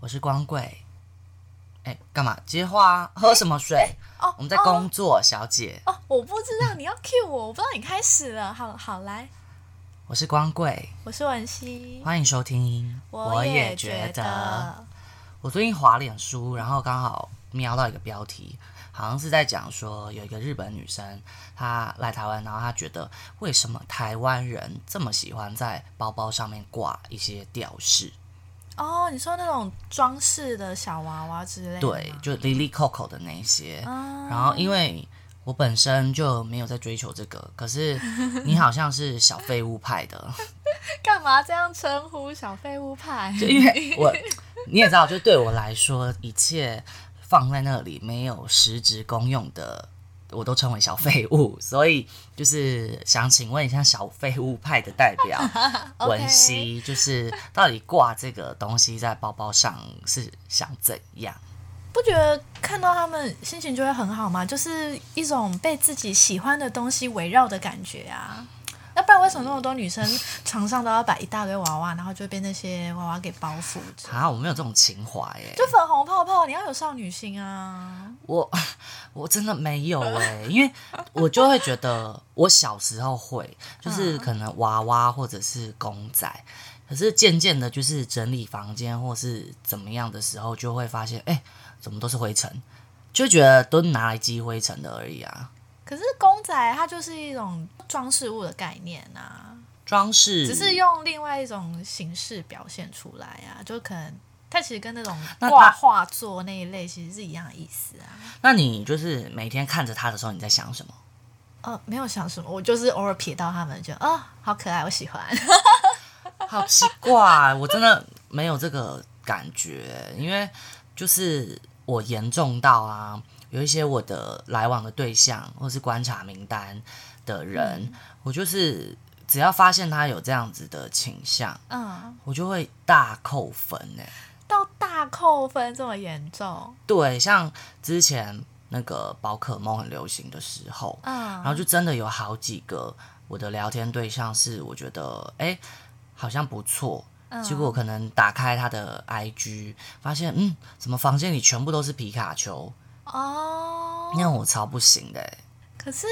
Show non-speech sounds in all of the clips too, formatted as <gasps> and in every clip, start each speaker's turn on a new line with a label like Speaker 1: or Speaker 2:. Speaker 1: 我是光贵。哎、干嘛接话、啊？喝什么水？
Speaker 2: 哦，
Speaker 1: 我们在
Speaker 2: 哦
Speaker 1: 工作，小姐。
Speaker 2: 哦，我不知道你要 cue 我，我不知道你开始了。好好来，哦
Speaker 1: 我是光贵，
Speaker 2: 我是文熙，
Speaker 1: 欢迎收听。
Speaker 2: 也觉得，
Speaker 1: 我最近滑脸书，然后刚好瞄到一个标题，好像是在讲说有一个日本女生，她来台湾，然后她觉得为什么台湾人这么喜欢在包包上面挂一些吊饰？
Speaker 2: 哦，你说那种装饰的小娃娃之类的吗，
Speaker 1: 对，就 Lily Coco 的那一些。
Speaker 2: 啊，
Speaker 1: 然后因为我本身就没有在追求这个，可是你好像是小废物派的，
Speaker 2: 干嘛这样称呼小废物派？
Speaker 1: 就因为 <laughs> 我你也知道，就对我来说，一切放在那里没有实质功用的。我都称为小废物，所以就是想请问一下小废物派的代表
Speaker 2: OK
Speaker 1: 文熙，就是到底挂这个东西在包包上是想怎样？
Speaker 2: 不觉得看到他们心情就会很好吗？就是一种被自己喜欢的东西围绕的感觉啊。要不然为什么那么多女生床上都要摆一大堆娃娃，然后就被那些娃娃给包覆着？
Speaker 1: 啊，我没有这种情怀耶、
Speaker 2: 就粉红泡泡，你要有少女心啊！
Speaker 1: 我 <laughs> 我真的没有哎、因为我就会觉得我小时候会，就是
Speaker 2: 嗯
Speaker 1: 可能娃娃或者是公仔，可是渐渐的，就是整理房间或是怎么样的时候，就会发现，哎、怎么都是灰尘，就觉得都拿来积灰尘的而已啊。
Speaker 2: 可是公仔它就是一种装饰物的概念啊，
Speaker 1: 装饰
Speaker 2: 只是用另外一种形式表现出来啊，就可能它其实跟那种
Speaker 1: 那
Speaker 2: 挂
Speaker 1: 那
Speaker 2: 画作那一类其实是一样的意思啊。
Speaker 1: 那你就是每天看着它的时候，你在想什么？
Speaker 2: 呃，没有想什么，我就是偶尔瞥到他们，就啊、好可爱，我喜 <laughs> 欢。
Speaker 1: <laughs> 好奇怪，我真的没有这个感觉，因为就是我严重到啊，有一些我的来往的对象或是观察名单的人，我就是只要发现他有这样子的倾向，
Speaker 2: 嗯，
Speaker 1: 我就会大扣分哎、
Speaker 2: 到大扣分这么严重，
Speaker 1: 对，像之前那个宝可梦很流行的时候，然后
Speaker 2: 嗯，
Speaker 1: 就真的有好几个我的聊天对象是我觉得哎、诶好像不错，
Speaker 2: 嗯
Speaker 1: 结果可能打开他的 IG，发现嗯，怎么房间里全部都是皮卡丘？
Speaker 2: 哦，
Speaker 1: 那样我超不行的欸、
Speaker 2: 可是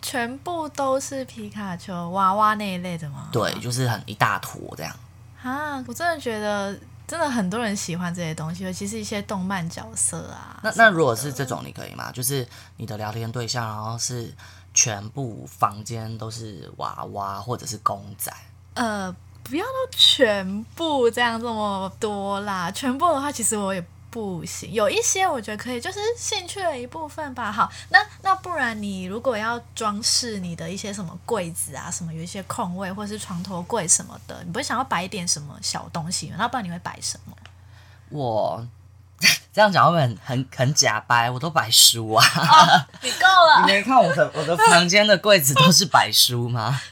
Speaker 2: 全部都是皮卡丘娃娃那一类的吗？
Speaker 1: 对，就是很一大坨这样。
Speaker 2: 嗯啊，我真的觉得真的很多人喜欢这些东西，尤其是一些动漫角色啊。
Speaker 1: 那那如果是这种，你可以吗？就是你的聊天对象，然后是全部房间都是娃娃或者是公仔，
Speaker 2: 呃，不要到全部这样这么多啦，全部的话其实我也不行，有一些我觉得可以，就是兴趣的一部分吧。好，那那不然你如果要装饰你的一些什么柜子啊，什么有一些空位或是床头柜什么的，你不会想要摆一点什么小东西吗？那不然你会摆什么？
Speaker 1: 我 <laughs> 这样讲会不会很很很假掰？我都摆书啊，
Speaker 2: 你够了
Speaker 1: 你。没看我的我的房间的柜子都是摆书
Speaker 2: <laughs>
Speaker 1: 吗？
Speaker 2: <laughs>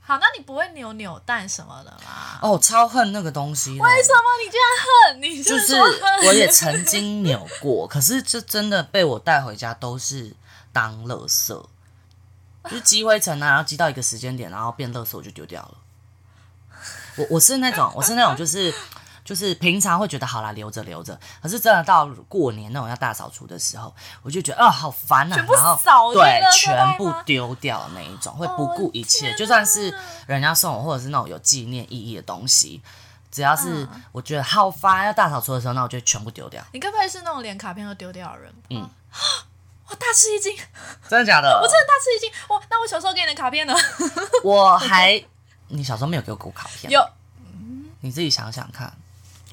Speaker 2: 好，那你不会扭扭蛋什么的吗？
Speaker 1: 哦，我超恨那个东西的。
Speaker 2: 为什么你这样恨？你
Speaker 1: 就是
Speaker 2: 说恨
Speaker 1: 我也曾经扭过，可是这真的被我带回家都是当垃圾，就是积灰尘啊，然后积到一个时间点，然后变垃圾我就丢掉了。我我是那种我是那种就是就是平常会觉得好啦留着留着，可是真的到过年那种要大扫除的时候，我就觉得哦好烦啊，
Speaker 2: 全部
Speaker 1: 然后
Speaker 2: 扫
Speaker 1: 对
Speaker 2: 进垃圾袋
Speaker 1: 全
Speaker 2: 吗
Speaker 1: 部丢掉那一种，会不
Speaker 2: 哦
Speaker 1: 顾一切，
Speaker 2: 天
Speaker 1: 就算是人家送我或者是那种有纪念意义的东西，只要是
Speaker 2: 嗯
Speaker 1: 我觉得好烦要大扫除的时候，那我就全部丢掉。
Speaker 2: <laughs> 你该不会是那种连卡片都丢掉的人吧？ <gasps>
Speaker 1: 嗯
Speaker 2: 我大吃一惊， <laughs>
Speaker 1: 真的假的？我
Speaker 2: 真的大吃一惊。我那我小时候给你的卡片呢？ <laughs>
Speaker 1: 我还你小时候没有给我过卡片，
Speaker 2: 有，
Speaker 1: 你自己想想看，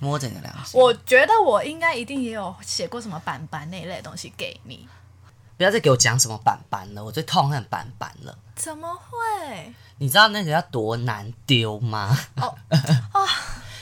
Speaker 1: 摸着你的良心。
Speaker 2: 我觉得我应该一定也有写过什么板板那一类的东西给你。
Speaker 1: 不要再给我讲什么板板了，我最痛恨板板了。
Speaker 2: 怎么会？
Speaker 1: 你知道那个要多难丢吗？
Speaker 2: 哦
Speaker 1: <laughs>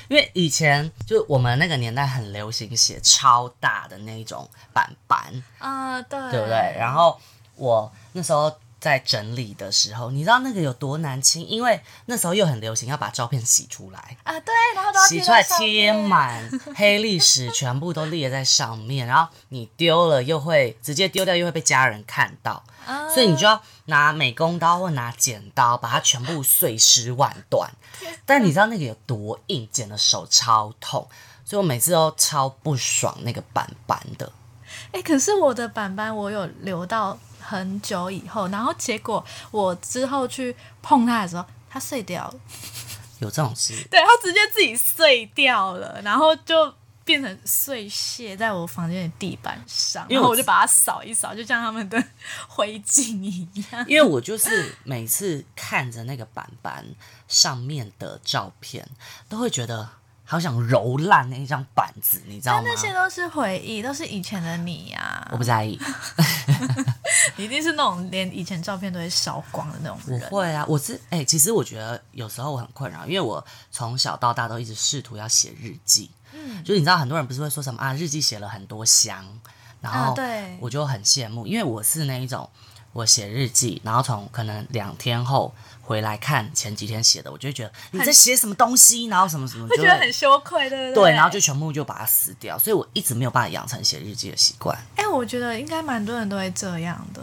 Speaker 1: 因为以前就我们那个年代很流行写超大的那一种板板，
Speaker 2: 啊、对，
Speaker 1: 对不对？然后我那时候在整理的时候，你知道那个有多难清？因为那时候又很流行要把照片洗出来，
Speaker 2: 啊、对，然后都要
Speaker 1: 洗
Speaker 2: 贴
Speaker 1: 出来
Speaker 2: 在上
Speaker 1: 贴
Speaker 2: 面。
Speaker 1: 满，黑历史全部都列在上面，然后你丢了又会直接丢掉，又会被家人看到，
Speaker 2: 啊
Speaker 1: 所以你就要拿美工刀或拿剪刀把它全部碎尸万段。但你知道那个有多硬，剪的手超痛，所以我每次都超不爽那个板板的。
Speaker 2: 哎、可是我的板板我有留到很久以后，然后结果我之后去碰它的时候，它碎掉了，
Speaker 1: 有这种事？
Speaker 2: <laughs> 对，它直接自己碎掉了，然后就变成碎屑在我房间的地板上，
Speaker 1: 因为
Speaker 2: 然后
Speaker 1: 我
Speaker 2: 我就把它扫一扫，就像他们的 <laughs> 灰烬一样。
Speaker 1: 因为我就是每次看着那个板板上面的照片，都会觉得好想揉烂那一张板子，你知道
Speaker 2: 但
Speaker 1: 吗
Speaker 2: 那？些都是回忆，都是以前的你呀、
Speaker 1: 我不在意，
Speaker 2: 你一定是那种连以前照片都会烧光的那种
Speaker 1: 我
Speaker 2: 人。
Speaker 1: 会啊，我是哎、其实我觉得有时候我很困扰，因为我从小到大都一直试图要写日记，嗯，就是你知道很多人不是会说什么啊，日记写了很多箱，然
Speaker 2: 啊
Speaker 1: 后
Speaker 2: 对
Speaker 1: 我就很羡慕，因为我是那一种我写日记，然后从可能两天后回来看前几天写的，我就会觉得你在写什么东西，然后什么什么，
Speaker 2: 会
Speaker 1: 就
Speaker 2: 觉得很羞愧，对不对？
Speaker 1: 对，然后就全部就把它撕掉，所以我一直没有办法养成写日记的习惯。
Speaker 2: 哎、我觉得应该蛮多人都会这样的，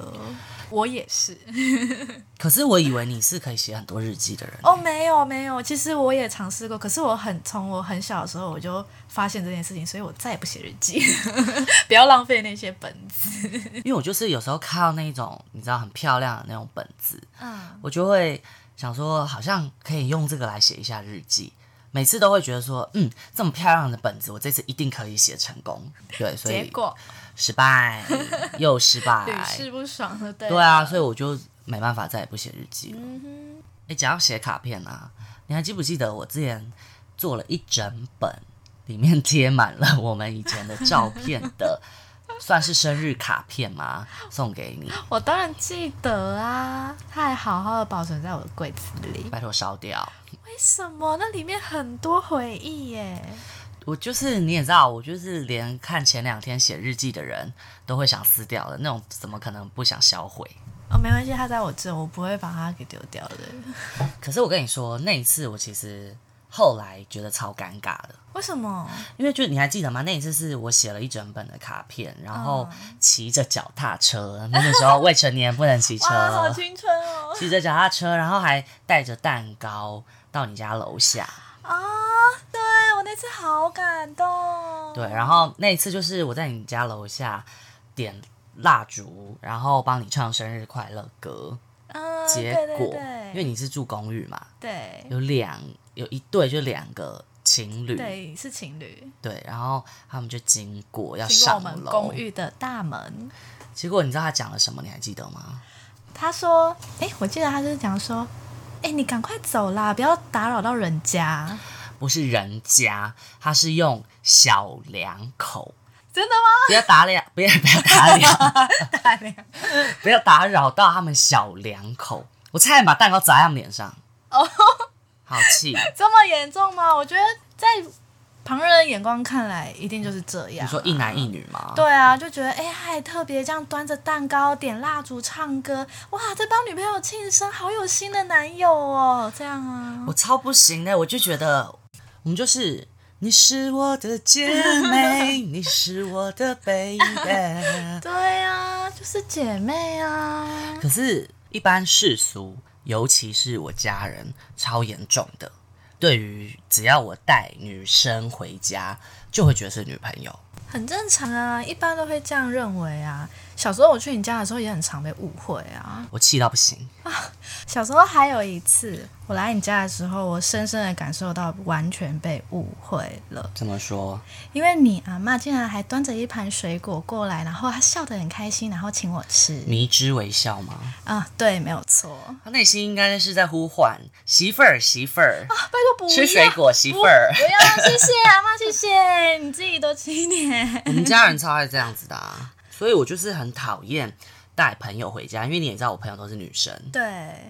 Speaker 2: 我也是。
Speaker 1: 可是我以为你是可以写很多日记的人，
Speaker 2: 哦，没有没有，其实我也尝试过，可是我很从我很小的时候我就发现这件事情，所以我再也不写日记， <laughs> 不要浪费那些本子。
Speaker 1: 因为我就是有时候看到那种你知道很漂亮的那种本子，
Speaker 2: 嗯，
Speaker 1: 我就会想说好像可以用这个来写一下日记。每次都会觉得说，嗯，这么漂亮的本子，我这次一定可以写成功。对，所
Speaker 2: 结
Speaker 1: 以
Speaker 2: 果
Speaker 1: 失败又失
Speaker 2: 屡
Speaker 1: 败。
Speaker 2: 试不爽的，哎对。
Speaker 1: 对啊，所以我就没办法再也不写日记了。
Speaker 2: 嗯哼，
Speaker 1: 哎，讲到写卡片啊，你还记不记得我之前做了一整本，里面贴满了我们以前的照片的，算是生日卡片吗？送给你，
Speaker 2: 我当然记得啊，它还好好的保存在我的柜子里。
Speaker 1: 拜托烧掉。
Speaker 2: 为什么？那里面很多回忆耶。
Speaker 1: 我就是你也知道，我就是连看前两天写日记的人都会想撕掉的那种，怎么可能不想销毁？
Speaker 2: 哦，没关系，它在我这，我不会把它给丢掉的。
Speaker 1: 可是我跟你说，那一次我其实后来觉得超尴尬的。
Speaker 2: 为什么？
Speaker 1: 因为就你还记得吗？那一次是我写了一整本的卡片，然后骑着脚踏车，那个时候未成年不能 <laughs> 骑车，
Speaker 2: 哇，好青春哦！
Speaker 1: 骑着脚踏车，然后还带着蛋糕到你家楼下。
Speaker 2: 啊，对我那次好感动。
Speaker 1: 对，然后那一次就是我在你家楼下点蜡烛，然后帮你唱生日快乐歌。
Speaker 2: 嗯，
Speaker 1: 结
Speaker 2: 对对
Speaker 1: 果，
Speaker 2: 对
Speaker 1: 因为你是住公寓嘛，
Speaker 2: 对
Speaker 1: 有两有一对就两个情侣，
Speaker 2: 对是情侣，
Speaker 1: 对然后他们就经过要
Speaker 2: 经过
Speaker 1: 上
Speaker 2: 我们
Speaker 1: 楼，
Speaker 2: 公寓的大门。
Speaker 1: 结果你知道他讲了什么？你还记得吗？
Speaker 2: 他说：“哎，我记得他就是讲说，哎，你赶快走啦，不要打扰到人家。
Speaker 1: 不是人家，他是用小两口，”
Speaker 2: 真的吗？
Speaker 1: 不要打扰，不要不要打扰，
Speaker 2: 大量
Speaker 1: <laughs> 不要打扰到他们小两口。我差点把蛋糕砸在他们脸上，
Speaker 2: 哦，
Speaker 1: 好气！
Speaker 2: <laughs>
Speaker 1: 哦
Speaker 2: 这么严重吗？我觉得在旁人的眼光看来，一定就是这样。
Speaker 1: 你说一男一女吗？
Speaker 2: 对啊，就觉得哎，还特别这样端着蛋糕、点蜡烛、唱歌，哇，在帮女朋友庆生，好有心的男友哦，这样啊。
Speaker 1: 我超不行欸的，我就觉得我们就是你是我的姐妹，你是我的 <laughs> baby。
Speaker 2: 对啊，就是姐妹啊。
Speaker 1: 可是，一般世俗，尤其是我家人，超严重的。对于只要我带女生回家，就会觉得是女朋友。
Speaker 2: 很正常啊，一般都会这样认为啊。小时候我去你家的时候也很常被误会啊。
Speaker 1: 我气到不行，
Speaker 2: 小时候还有一次，我来你家的时候，我深深的感受到完全被误会了，
Speaker 1: 怎么说？
Speaker 2: 因为你阿妈竟然还端着一盘水果过来，然后她笑得很开心，然后请我吃。
Speaker 1: 迷之微笑吗？
Speaker 2: 啊，对，没有错。啊
Speaker 1: 他内心应该是在呼唤媳妇儿，媳妇儿，
Speaker 2: 拜托不要
Speaker 1: 吃水果，媳妇儿。
Speaker 2: 不要，谢谢阿妈，谢谢你自己多吃一点。
Speaker 1: 我们家人超爱这样子的、啊，所以我就是很讨厌带朋友回家，因为你也知道我朋友都是女生，
Speaker 2: 对，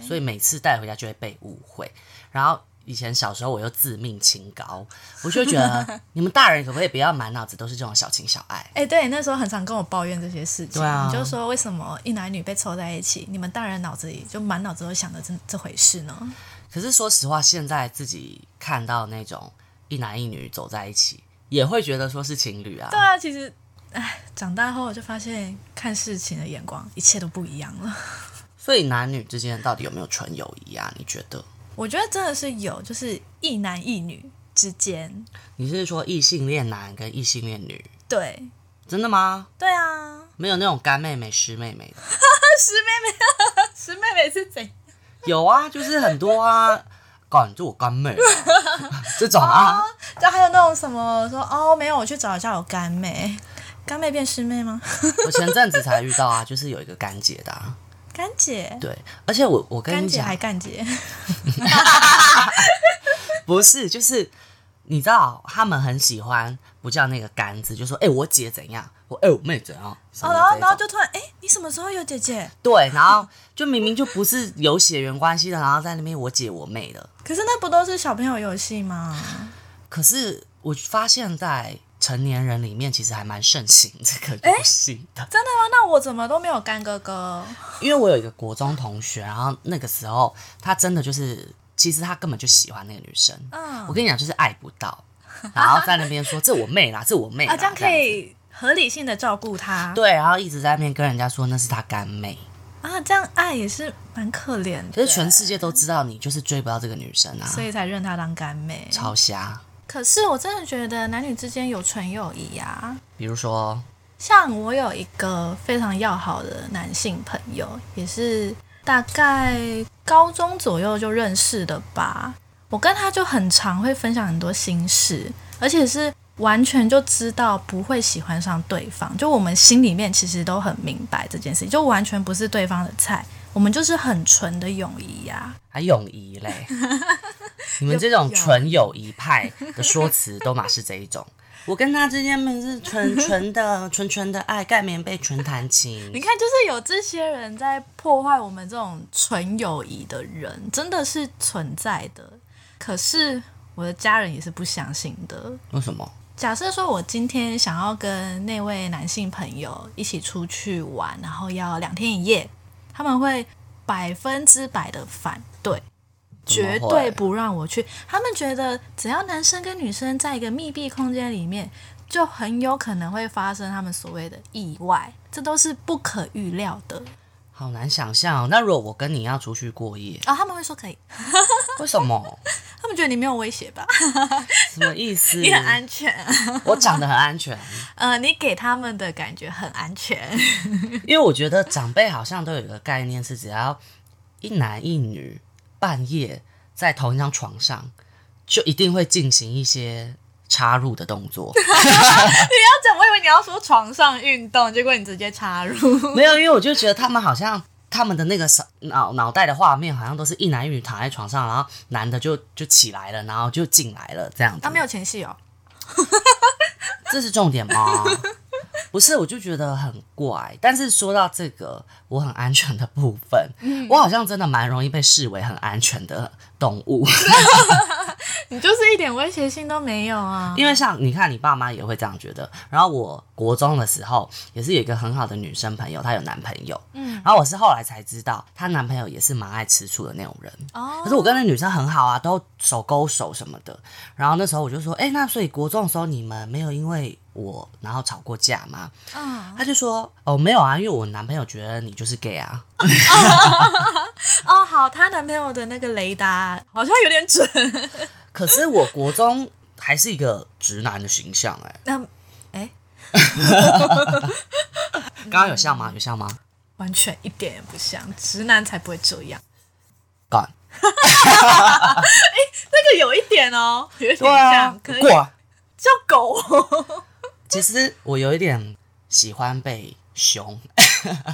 Speaker 1: 所以每次带回家就会被误会。然后以前小时候我又自命清高，我就觉得你们大人可不可以不要满脑子都是这种小情小爱？
Speaker 2: 哎、对，那时候很常跟我抱怨这些事情，
Speaker 1: 对啊
Speaker 2: 你就说为什么一男一女被凑在一起，你们大人脑子里就满脑子都想着这这回事
Speaker 1: 嗯
Speaker 2: 呢？
Speaker 1: 可是说实话，现在自己看到那种一男一女走在一起，也会觉得说是情侣啊
Speaker 2: 对。啊，其实，哎，长大后我就发现看事情的眼光一切都不一样了。 <laughs>
Speaker 1: 所以男女之间到底有没有纯友谊啊？你觉得？
Speaker 2: 我觉得真的是有，就是一男一女。之间。
Speaker 1: 你是说异性恋男跟异性恋女？
Speaker 2: 对，
Speaker 1: 真的吗？
Speaker 2: 对啊，
Speaker 1: 没有那种干妹妹、湿妹妹的？
Speaker 2: 石妹妹，石妹妹是怎样？
Speaker 1: <laughs> 有啊，就是很多啊，干这我干妹、啊， <laughs> 这种啊，
Speaker 2: 就还有那种什么说哦，没有，我去找一下我干妹，干妹变师妹吗？ <laughs>
Speaker 1: 我前阵子才遇到啊，就是有一个干姐的、啊，
Speaker 2: 干姐，
Speaker 1: 对，而且我我跟
Speaker 2: 干
Speaker 1: 你
Speaker 2: 姐
Speaker 1: 讲
Speaker 2: 还，干姐，
Speaker 1: 不是，就是你知道他们很喜欢不叫那个干字，就说哎、我姐怎样，我哎、我妹怎样，什
Speaker 2: 哦，
Speaker 1: 么
Speaker 2: 然后
Speaker 1: 这
Speaker 2: 然后
Speaker 1: 种
Speaker 2: 就突然，哎、你什么时候有姐姐？
Speaker 1: 对，然后就明明就不是有血缘关系的，然后在那边我姐我妹的，
Speaker 2: 可是那不都是小朋友游戏吗？
Speaker 1: 可是我发现，在成年人里面其实还蛮盛行这个游戏的，
Speaker 2: 真的吗？那我怎么都没有干哥哥？
Speaker 1: 因为我有一个国中同学，然后那个时候他真的就是，其实他根本就喜欢那个女生，
Speaker 2: 嗯
Speaker 1: 我跟你讲就是爱不到，然后在那边说这我妹啦，这我妹啦，
Speaker 2: <laughs> 啊，这样可
Speaker 1: 子
Speaker 2: 以合理性的照顾他。
Speaker 1: 对，然后一直在那边跟人家说那是他干妹，
Speaker 2: 啊，这样爱也是蛮可怜的。
Speaker 1: 可是啊全世界都知道你就是追不到这个女生啊，
Speaker 2: 所以才认她当干妹。
Speaker 1: 超瞎。
Speaker 2: 可是我真的觉得男女之间有纯友谊啊。
Speaker 1: 比如说，
Speaker 2: 像我有一个非常要好的男性朋友，也是大概高中左右就认识的吧。我跟他就很常会分享很多心事，而且是完全就知道不会喜欢上对方，就我们心里面其实都很明白这件事，就完全不是对方的菜，我们就是很纯的啊友谊呀、
Speaker 1: 还泳谊
Speaker 2: <laughs>
Speaker 1: 嘞，你们这种纯友谊派的说辞都嘛是这一种。我跟他之间们是纯 <laughs> 纯的、纯纯的爱，盖棉被纯弹琴。
Speaker 2: 你看，就是有这些人在破坏我们这种纯友谊的人，真的是存在的。可是我的家人也是不相信的。
Speaker 1: 为什么？
Speaker 2: 假设说我今天想要跟那位男性朋友一起出去玩，然后要两天一夜，他们会百分之百的反对。
Speaker 1: 怎么
Speaker 2: 绝
Speaker 1: 会
Speaker 2: 对不让我去，他们觉得只要男生跟女生在一个密闭空间里面，就很有可能会发生他们所谓的意外，这都是不可预料的。
Speaker 1: 好难想象、哦。那如果我跟你要出去过夜，
Speaker 2: 哦然、后他们会说可以，
Speaker 1: 为什么？
Speaker 2: 他们觉得你没有威胁吧，
Speaker 1: 什么意
Speaker 2: <laughs>
Speaker 1: 思？
Speaker 2: 你很安全、
Speaker 1: 我长得很安全，
Speaker 2: 呃，你给他们的感觉很安全。
Speaker 1: 因为我觉得长辈好像都有一个概念是，只要一男一女半夜在同一张床上，就一定会进行一些插入的动
Speaker 2: <laughs>
Speaker 1: 作。
Speaker 2: 要讲，我以为你要说床上运动，结果你直接插入。
Speaker 1: 没有，因为我就觉得他们好像他们的那个手脑脑袋的画面，好像都是一男一女躺在床上，然后男的就就起来了，然后就进来了这样子。
Speaker 2: 他没有前戏哦，
Speaker 1: 这是重点吗？ <laughs> 不是，我就觉得很怪。但是说到这个我很安全的部分，
Speaker 2: 嗯
Speaker 1: 我好像真的蛮容易被视为很安全的动物， <laughs>
Speaker 2: 你就是一点威胁性都没有啊。
Speaker 1: 因为像你看，你爸妈也会这样觉得。然后我国中的时候也是有一个很好的女生朋友，她有男朋友，
Speaker 2: 嗯，
Speaker 1: 然后我是后来才知道，她男朋友也是蛮爱吃醋的那种人。
Speaker 2: 哦
Speaker 1: 可是我跟那女生很好啊，都手勾手什么的。然后那时候我就说，哎、那所以国中的时候你们没有因为我然后吵过架吗？
Speaker 2: 嗯，
Speaker 1: 她就说，哦，没有啊，因为我男朋友觉得你就是 gay 啊。
Speaker 2: 哦，好，她男朋友的那个雷达好像有点准。
Speaker 1: 可是我国中还是一个直男的形象、哎，
Speaker 2: 那、哎，
Speaker 1: 刚刚有像吗？有像吗？
Speaker 2: 完全一点也不像，直男才不会这样。
Speaker 1: 干，
Speaker 2: 那个有一点哦，有一点
Speaker 1: 对啊
Speaker 2: 像，，可以
Speaker 1: 过来。
Speaker 2: 叫狗、 <laughs> 哦。
Speaker 1: 其实我有一点喜欢被凶，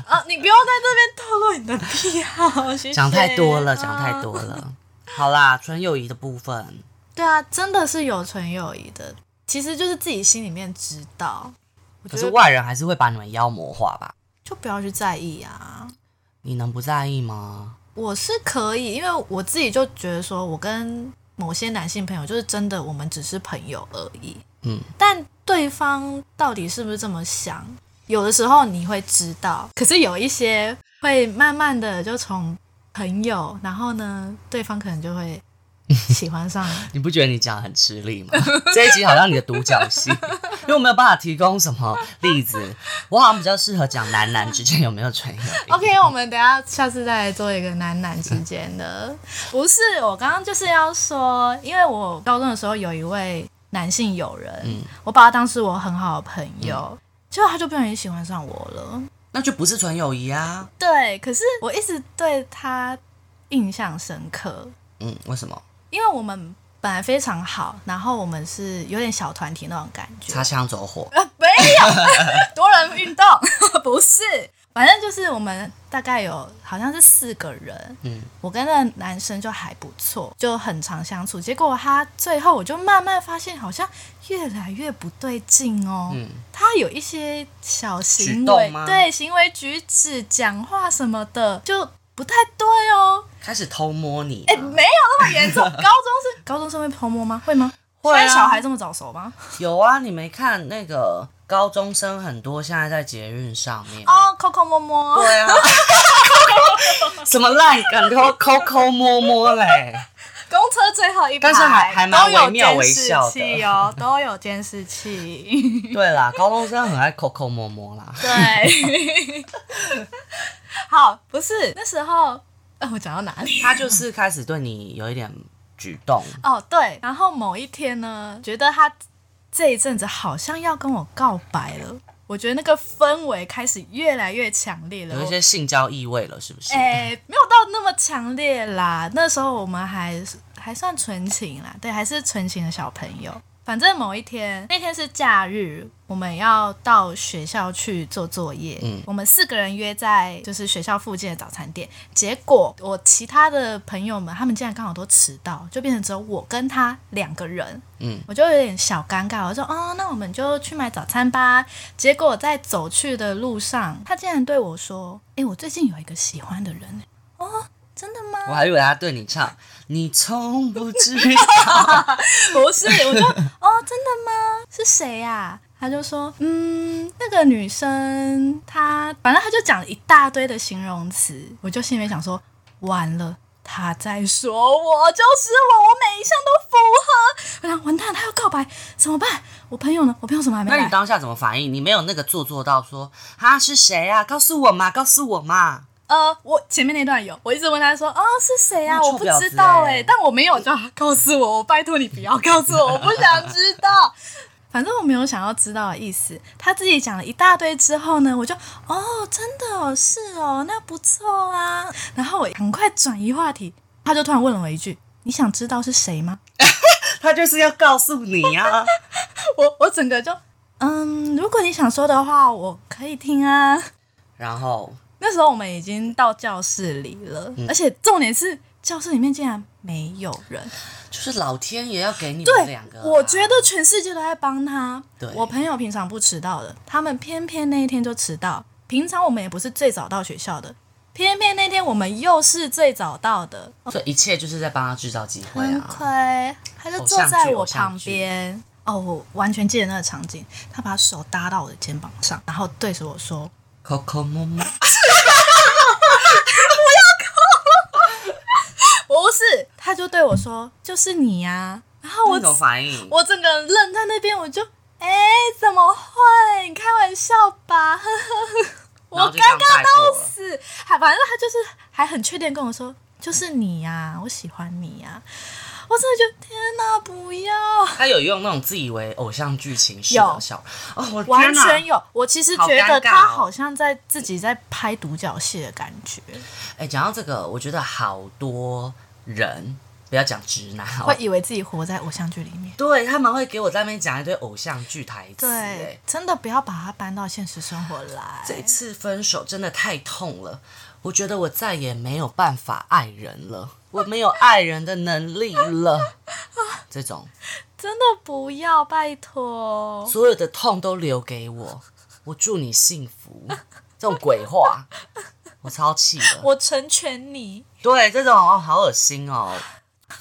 Speaker 2: 啊，你不要在这边透露你的癖好，谢谢
Speaker 1: 讲太多了，
Speaker 2: 啊
Speaker 1: 讲太多了。好啦，纯友谊的部分，
Speaker 2: 对啊，真的是有纯友谊的，其实就是自己心里面知道。我
Speaker 1: 可
Speaker 2: 觉
Speaker 1: 是
Speaker 2: 得
Speaker 1: 外人还是会把你们妖魔化吧？
Speaker 2: 就不要去在意啊。
Speaker 1: 你能不在意吗？
Speaker 2: 我是可以，因为我自己就觉得说，我跟某些男性朋友就是真的，我们只是朋友而已。
Speaker 1: 嗯，
Speaker 2: 但对方到底是不是这么想，有的时候你会知道，可是有一些会慢慢的就从朋友，然后呢，对方可能就会喜欢上了。
Speaker 1: <laughs>
Speaker 2: <laughs>
Speaker 1: 你不觉得你讲得很吃力吗？这一集好像你的独角戏，因为我没有办法提供什么例子，我好像比较适合讲男男之间有没有纯友谊。
Speaker 2: OK，我们等一下下次再来做一个男男之间的。 <laughs> 不是，我刚刚就是要说，因为我高中的时候有一位男性友人，我把他当时我很好的朋友，结果他就不小心喜欢上我了。
Speaker 1: 那就不是纯友谊啊。
Speaker 2: 对，可是我一直对他印象深刻，
Speaker 1: 嗯，为什么？
Speaker 2: 因为我们本来非常好，然后我们是有点小团体那种感觉。
Speaker 1: 擦枪走火，
Speaker 2: 呃，没有多人运动， <laughs> 不是，反正就是我们大概有好像是四个人，
Speaker 1: 嗯，
Speaker 2: 我跟那个男生就还不错，就很常相处。结果他最后我就慢慢发现，好像越来越不对劲哦，
Speaker 1: 嗯，
Speaker 2: 他有一些小行
Speaker 1: 举动
Speaker 2: 为
Speaker 1: 吗，
Speaker 2: 对行为举止、讲话什么的，就不太对哦。
Speaker 1: 开始偷摸你
Speaker 2: 哎、
Speaker 1: 吗。
Speaker 2: 没有那么严重， <laughs> 高中是高中生会偷摸吗？会吗？
Speaker 1: 会啊
Speaker 2: 现在小孩这么早熟吗？
Speaker 1: 有啊，你没看那个高中生很多现在在捷运上面。
Speaker 2: 哦，抠抠摸摸，
Speaker 1: 对
Speaker 2: <laughs>
Speaker 1: 啊，什么烂梗都抠抠摸摸
Speaker 2: <laughs>
Speaker 1: 嘞。
Speaker 2: 公车最后一排，
Speaker 1: 但是还还蛮
Speaker 2: 都有
Speaker 1: 惟妙惟肖的
Speaker 2: 监视器哦，都有监视
Speaker 1: <laughs>
Speaker 2: 器。
Speaker 1: 对啦，高中生很爱抠抠摸摸啦。
Speaker 2: 对， <laughs> 好，不是那时候，呃，我讲到哪里？ <laughs>
Speaker 1: 他就是开始对你有一点举动，
Speaker 2: 哦，对，然后某一天呢，觉得他这一阵子好像要跟我告白了，我觉得那个氛围开始越来越强烈了。
Speaker 1: 有一
Speaker 2: 我
Speaker 1: 些性交意味了，是不是？
Speaker 2: 哎、没有到那么强烈啦。那时候我们还还算纯情啦，对，还是纯情的小朋友。反正某一天，那天是假日，我们要到学校去做作业。
Speaker 1: 嗯
Speaker 2: 我们四个人约在就是学校附近的早餐店。结果我其他的朋友们，他们竟然刚好都迟到，就变成只有我跟他两个人。
Speaker 1: 嗯，
Speaker 2: 我就有点小尴尬，我就说哦，那我们就去买早餐吧。结果在走去的路上，他竟然对我说：“诶，我最近有一个喜欢的人、欸。”哦，真的吗？
Speaker 1: 我还以为他对你唱，你从不
Speaker 2: <laughs>
Speaker 1: 知道。
Speaker 2: 不是，我就哦，真的吗？是谁呀、他就说，嗯，那个女生，她反正他就讲了一大堆的形容词，我就心里面想说，完了，他在说我就是我，我每一项都符合。我想完蛋，他要告白怎么办？我朋友呢？我朋友怎么还没
Speaker 1: 那你
Speaker 2: 来？
Speaker 1: 当下怎么反应？你没有那个做作到说他是谁啊？告诉我嘛，告诉我嘛。
Speaker 2: 呃，我前面那段有，我一直问他说，哦，是谁呀、
Speaker 1: 那
Speaker 2: 我
Speaker 1: 臭
Speaker 2: 不
Speaker 1: 婊
Speaker 2: 知
Speaker 1: 子
Speaker 2: 道哎、
Speaker 1: 欸
Speaker 2: 但我没有就告诉我，我拜托你不要告诉我，我不想知道。反正我没有想要知道的意思。他自己讲了一大堆之后呢，我就哦，真的哦，是哦，那不错啊。然后我很快转移话题，他就突然问了我一句：“你想知道是谁吗
Speaker 1: 他就是要告诉你
Speaker 2: <laughs>
Speaker 1: 啊。？”
Speaker 2: 我我整个就嗯，如果你想说的话，我可以听啊。
Speaker 1: 然后
Speaker 2: 那时候我们已经到教室里了，
Speaker 1: 嗯
Speaker 2: 而且重点是教室里面竟然没有人。
Speaker 1: 就是老天爷要给你们
Speaker 2: 对
Speaker 1: 两个啊、，
Speaker 2: 我觉得全世界都在帮他。
Speaker 1: 对
Speaker 2: 我朋友平常不迟到的，他们偏偏那一天就迟到。平常我们也不是最早到学校的，偏偏那天我们又是最早到的，
Speaker 1: 所以一切就是在帮他制造机会
Speaker 2: 很
Speaker 1: 啊。
Speaker 2: 亏。他就坐
Speaker 1: 偶像剧
Speaker 2: 在我
Speaker 1: 偶像
Speaker 2: 旁边，哦，我完全记得那个场景。他把手搭到我的肩膀上，然后对着我说
Speaker 1: 抠抠摸摸，：“
Speaker 2: 啊不是。”他就对我说：“就是你呀、然后我
Speaker 1: 那种反应，
Speaker 2: 我整个人愣在那边，我就哎、怎么会？你开玩笑吧，呵 <laughs> 呵呵，我
Speaker 1: 然后
Speaker 2: 尴
Speaker 1: 就这样
Speaker 2: 尬
Speaker 1: 带过
Speaker 2: 到
Speaker 1: 了
Speaker 2: 死。还反正他就是还很确定跟我说，就是你呀、我喜欢你呀、我真的觉得天哪，不要！
Speaker 1: 他有用那种自以为偶像剧情式
Speaker 2: 有
Speaker 1: 的笑哦，我
Speaker 2: 完
Speaker 1: 天哪！
Speaker 2: 全有，我其实
Speaker 1: 好
Speaker 2: 觉得
Speaker 1: 尴尬
Speaker 2: 他
Speaker 1: 哦
Speaker 2: 好像在自己在拍独角戏的感觉，
Speaker 1: 哎，讲到这个，我觉得好多人不要讲直男好
Speaker 2: 会
Speaker 1: 了，
Speaker 2: 以为自己活在偶像剧里面。
Speaker 1: 对他们会给我在那边讲一堆偶像剧台词，
Speaker 2: 对
Speaker 1: 哎，，
Speaker 2: 真的不要把它搬到现实生活来。
Speaker 1: 这次分手真的太痛了，我觉得我再也没有办法爱人了，我没有爱人的能力了。
Speaker 2: <laughs>
Speaker 1: 这种
Speaker 2: 真的不要，拜托。
Speaker 1: 所有的痛都留给我，我祝你幸福。这种鬼话，我超气的。
Speaker 2: 我成全你，
Speaker 1: 对，这种哦，好恶心哦。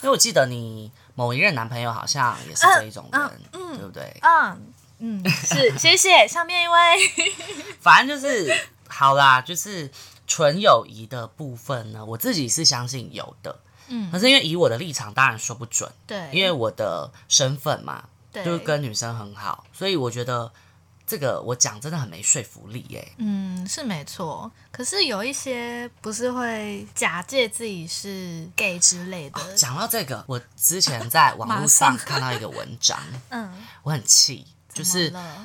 Speaker 1: 因为我记得你某一任男朋友好像也是这一种人，对不对？
Speaker 2: 呃嗯，嗯，是，谢谢。上面一位，
Speaker 1: 反正就是好啦，就是纯友谊的部分呢，我自己是相信有的。
Speaker 2: 嗯
Speaker 1: 可是因为以我的立场，当然说不准，
Speaker 2: <laughs> 对，
Speaker 1: 因为我的身份嘛，
Speaker 2: 对，
Speaker 1: 就是跟女生很好，所以我觉得这个我讲真的很没说服力耶、
Speaker 2: 嗯，是没错。可是有一些不是会假借自己是 gay 之类的，
Speaker 1: 讲到这个，我之前在网络上看到一个文章，
Speaker 2: 嗯，
Speaker 1: 我很
Speaker 2: <laughs>
Speaker 1: 气，就
Speaker 2: 怎么
Speaker 1: 是
Speaker 2: 了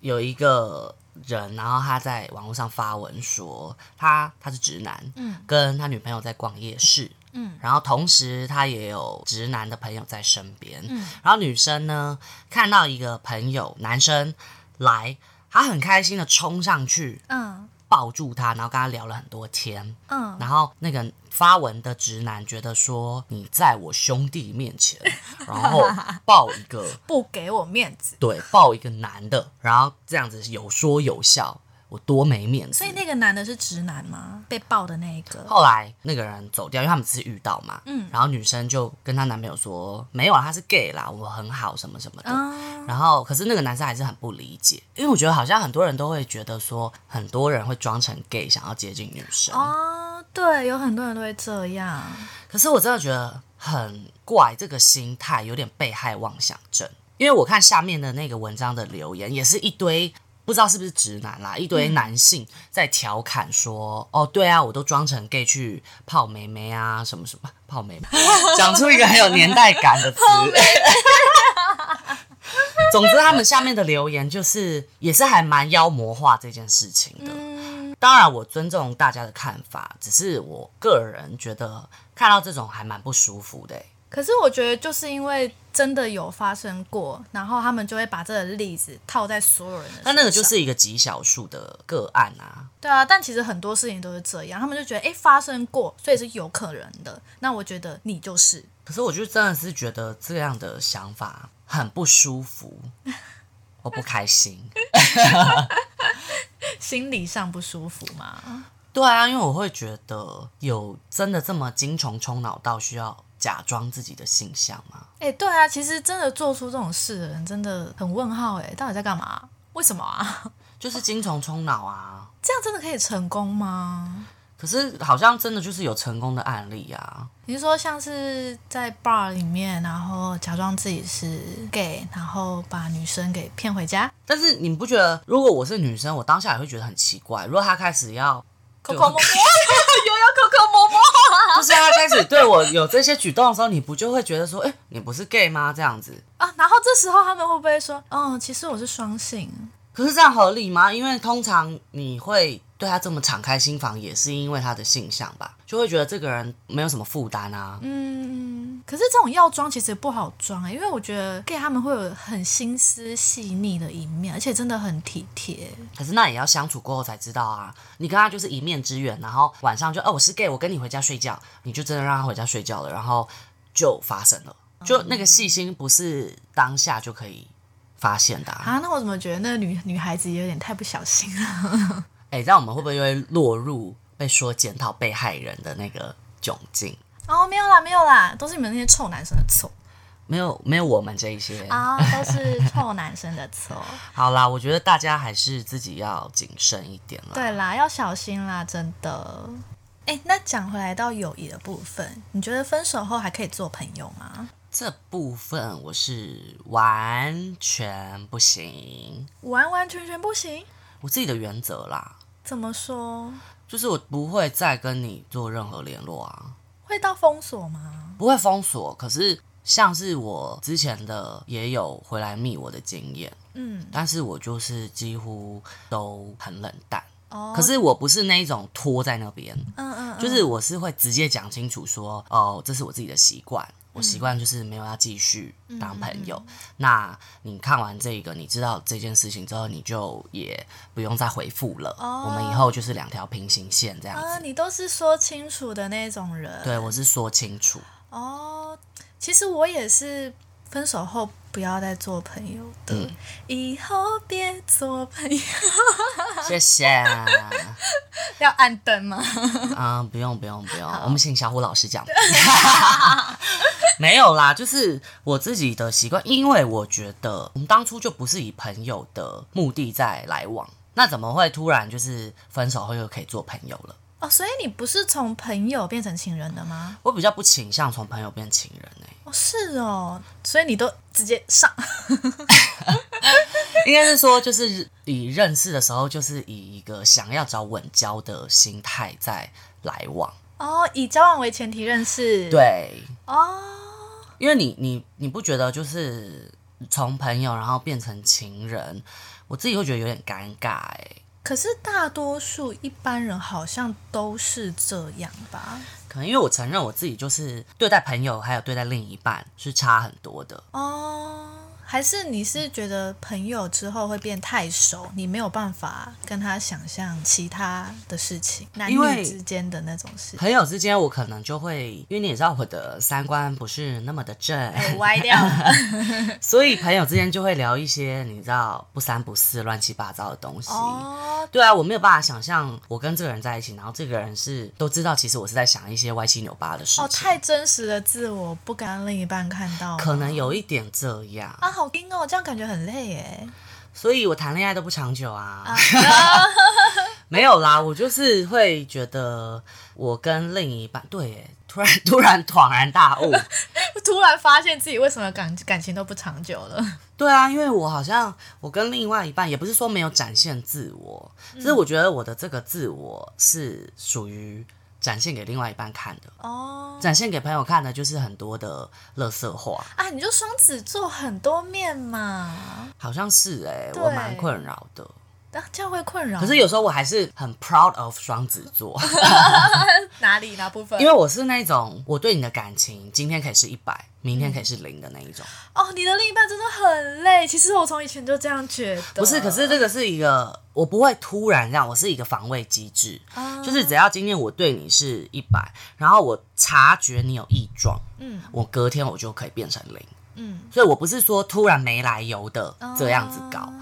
Speaker 1: 有一个人，然后他在网络上发文说他他是直男，
Speaker 2: 嗯
Speaker 1: 跟他女朋友在逛夜市，
Speaker 2: 嗯
Speaker 1: 然后同时他也有直男的朋友在身边，
Speaker 2: 嗯
Speaker 1: 然后女生呢看到一个朋友男生来，她很开心的冲上去
Speaker 2: 嗯
Speaker 1: 抱住他，然后跟他聊了很多天，
Speaker 2: 嗯，
Speaker 1: 然后那个发文的直男觉得说你在我兄弟面前， <laughs> 然后抱一个
Speaker 2: 不给我面子。
Speaker 1: 对抱一个男的，然后这样子有说有笑，我多没面子
Speaker 2: 所以。那个男的是直男吗？被抱的那一个？
Speaker 1: 后来那个人走掉，因为他们只是遇到嘛，
Speaker 2: 嗯
Speaker 1: 然后女生就跟她男朋友说没有啊，他是 gay 啦，我很好什么什么的。
Speaker 2: 啊，
Speaker 1: 然后，可是那个男生还是很不理解，因为我觉得好像很多人都会觉得说，很多人会装成 gay 想要接近女生，
Speaker 2: 哦，对，有很多人都会这样。
Speaker 1: 可是我真的觉得很怪，这个心态有点被害妄想症。因为我看下面的那个文章的留言，也是一堆不知道是不是直男啦，一堆男性在调侃说：“哦，对啊，我都装成 gay 去泡妹妹啊，什么什么泡妹妹。”讲出一个很有年代感的词。 <laughs> 总之，他们下面的留言就是也是还蛮妖魔化这件事情的。
Speaker 2: 嗯
Speaker 1: 当然，我尊重大家的看法，只是我个人觉得看到这种还蛮不舒服的欸、
Speaker 2: 可是我觉得就是因为真的有发生过，然后他们就会把这个例子套在所有人的身上。
Speaker 1: 那那个就是一个极小数的个案啊。
Speaker 2: 对啊，但其实很多事情都是这样，他们就觉得哎、诶发生过，所以是有可能的。那我觉得你就是，
Speaker 1: 可是我就真的是觉得这样的想法很不舒服， <laughs> 我不开心。
Speaker 2: 心理上不舒服嘛。
Speaker 1: 对啊，因为我会觉得有真的这么精虫充脑到需要假装自己的性向吗？
Speaker 2: 哎、对啊，其实真的做出这种事的人真的很问号哎、到底在干嘛？为什么啊？ <laughs>
Speaker 1: 就是精虫充脑啊。
Speaker 2: 这样真的可以成功吗？
Speaker 1: 可是好像真的就是有成功的案例啊。
Speaker 2: 你是说像是在 bar 里面，然后假装自己是 gay，然后把女生给骗回家？
Speaker 1: 但是你不觉得，如果我是女生，我当下也会觉得很奇怪。如果他开始要
Speaker 2: 抠
Speaker 1: 对
Speaker 2: <laughs> 抠摸摸，有要抠抠摸摸。
Speaker 1: 就是他开始对我有这些举动的时候，你不就会觉得说，哎、你不是 gay 吗？这样子，
Speaker 2: 啊，然后这时候他们会不会说，哦，其实我是双性，
Speaker 1: 可是这样合理吗？因为通常你会对他这么敞开心房，也是因为他的性向吧，就会觉得这个人没有什么负担啊。
Speaker 2: 嗯，可是这种药妆其实不好装、欸，因为我觉得 gay 他们会有很心思细腻的一面，而且真的很体贴。
Speaker 1: 可是那也要相处过后才知道啊。你跟他就是一面之缘，然后晚上就，哦，我是 gay，我跟你回家睡觉，你就真的让他回家睡觉了，然后就发生了。就那个细心不是当下就可以发现的、啊。
Speaker 2: 啊，那我怎么觉得那个女女孩子有点太不小心了？ <laughs>
Speaker 1: 哎、这样我们会不会又会落入被说检讨被害人的那个窘境？
Speaker 2: 哦，没有啦，没有啦，都是你们那些臭男生的错
Speaker 1: 没有，没有我们这一些。
Speaker 2: 啊，都是臭男生的错。
Speaker 1: 好啦，我觉得大家还是自己要谨慎一点啦。
Speaker 2: <laughs> 对啦，要小心啦，真的。哎、那讲回来到友谊的部分，你觉得分手后还可以做朋友吗？
Speaker 1: 这部分我是完全不行，
Speaker 2: 完完全全不行？
Speaker 1: 我自己的原则啦，
Speaker 2: 怎么说？
Speaker 1: 就是我不会再跟你做任何联络啊，
Speaker 2: 会到封锁吗？
Speaker 1: 不会封锁。可是像是我之前的也有回来密我的经验，
Speaker 2: 嗯，
Speaker 1: 但是我就是几乎都很冷淡。
Speaker 2: 哦，
Speaker 1: 可是我不是那一种拖在那边，
Speaker 2: 嗯嗯，嗯
Speaker 1: 就是我是会直接讲清楚说，哦，这是我自己的习惯，
Speaker 2: 嗯
Speaker 1: 我习惯就是没有要继续当朋友。那你看完这个，你知道这件事情之后，你就也不用再回复了。
Speaker 2: 哦
Speaker 1: 我们以后就是两条平行线这样
Speaker 2: 啊，
Speaker 1: 子。
Speaker 2: 你都是说清楚的那种人。
Speaker 1: 对，我是说清楚。
Speaker 2: 哦，其实我也是分手后不要再做朋友的，
Speaker 1: 嗯
Speaker 2: 以后别做朋友。
Speaker 1: <laughs> 谢谢。
Speaker 2: 要按灯吗？
Speaker 1: 嗯，不用不用不用，我们请小虎老师讲。 <laughs> 没有啦，就是我自己的习惯，因为我觉得我们当初就不是以朋友的目的在来往，那怎么会突然就是分手后又可以做朋友了？
Speaker 2: 哦，所以你不是从朋友变成情人的吗？
Speaker 1: 我比较不倾向从朋友变情人哎、
Speaker 2: 哦，是哦，所以你都直接上，
Speaker 1: 应该是说，就是以认识的时候，就是以一个想要找稳交的心态在来往。
Speaker 2: 哦，以交往为前提认识，，
Speaker 1: 对，
Speaker 2: 哦，
Speaker 1: 因为你你你不觉得就是从朋友然后变成情人，我自己会觉得有点尴尬哎、
Speaker 2: 可是大多数一般人好像都是这样吧？
Speaker 1: 可能因为我承认我自己就是对待朋友还有对待另一半是差很多的。
Speaker 2: 哦，还是你是觉得朋友之后会变太熟，你没有办法跟他想象其他的事情，男
Speaker 1: 因为
Speaker 2: 女之间的那种事，
Speaker 1: 朋友之间，我可能就会，因为你也知道我的三观不是那么的
Speaker 2: <laughs>
Speaker 1: 正，
Speaker 2: 哎，歪掉了。
Speaker 1: 所以朋友之间就会聊一些你知道不三不四、乱七八糟的东西。
Speaker 2: 哦，
Speaker 1: 对啊，我没有办法想象我跟这个人在一起，然后这个人是都知道，其实我是在想一些歪七扭八的事情，
Speaker 2: 哦，太真实的自我不敢让另一半看到，
Speaker 1: 可能有一点这样，
Speaker 2: 啊，好硬哦，这样感觉很累耶。
Speaker 1: 所以我谈恋爱都不长久啊。 <laughs> 没有啦，我就是会觉得我跟另一半，对耶，突然突然恍然大悟，
Speaker 2: <laughs> 突然发现自己为什么感感情都不长久了。
Speaker 1: 对啊，因为我好像我跟另外一半也不是说没有展现自我，只是我觉得我的这个自我是属于展现给另外一半看的，
Speaker 2: 哦，
Speaker 1: 展现给朋友看的就是很多的乐色话，
Speaker 2: 啊，你就双子座很多面嘛，
Speaker 1: 好像是哎、
Speaker 2: 对
Speaker 1: 我蛮困扰的。
Speaker 2: 那、这样会困扰。
Speaker 1: 可是有时候我还是很 proud of 双子座，
Speaker 2: 哪里哪部分？
Speaker 1: 因为我是那种我对你的感情今天可以是一百，明天可以是零的那一种。
Speaker 2: 哦，你的另一半真的很累。其实我从以前就这样觉得。
Speaker 1: 不是，可是这个是一个我不会突然让我是一个防卫机制，
Speaker 2: 啊
Speaker 1: 就是只要今天我对你是一百，然后我察觉你有异状，
Speaker 2: 嗯
Speaker 1: 我隔天我就可以变成零。
Speaker 2: 嗯，
Speaker 1: 所以我不是说突然没来由的这样子搞，
Speaker 2: 哦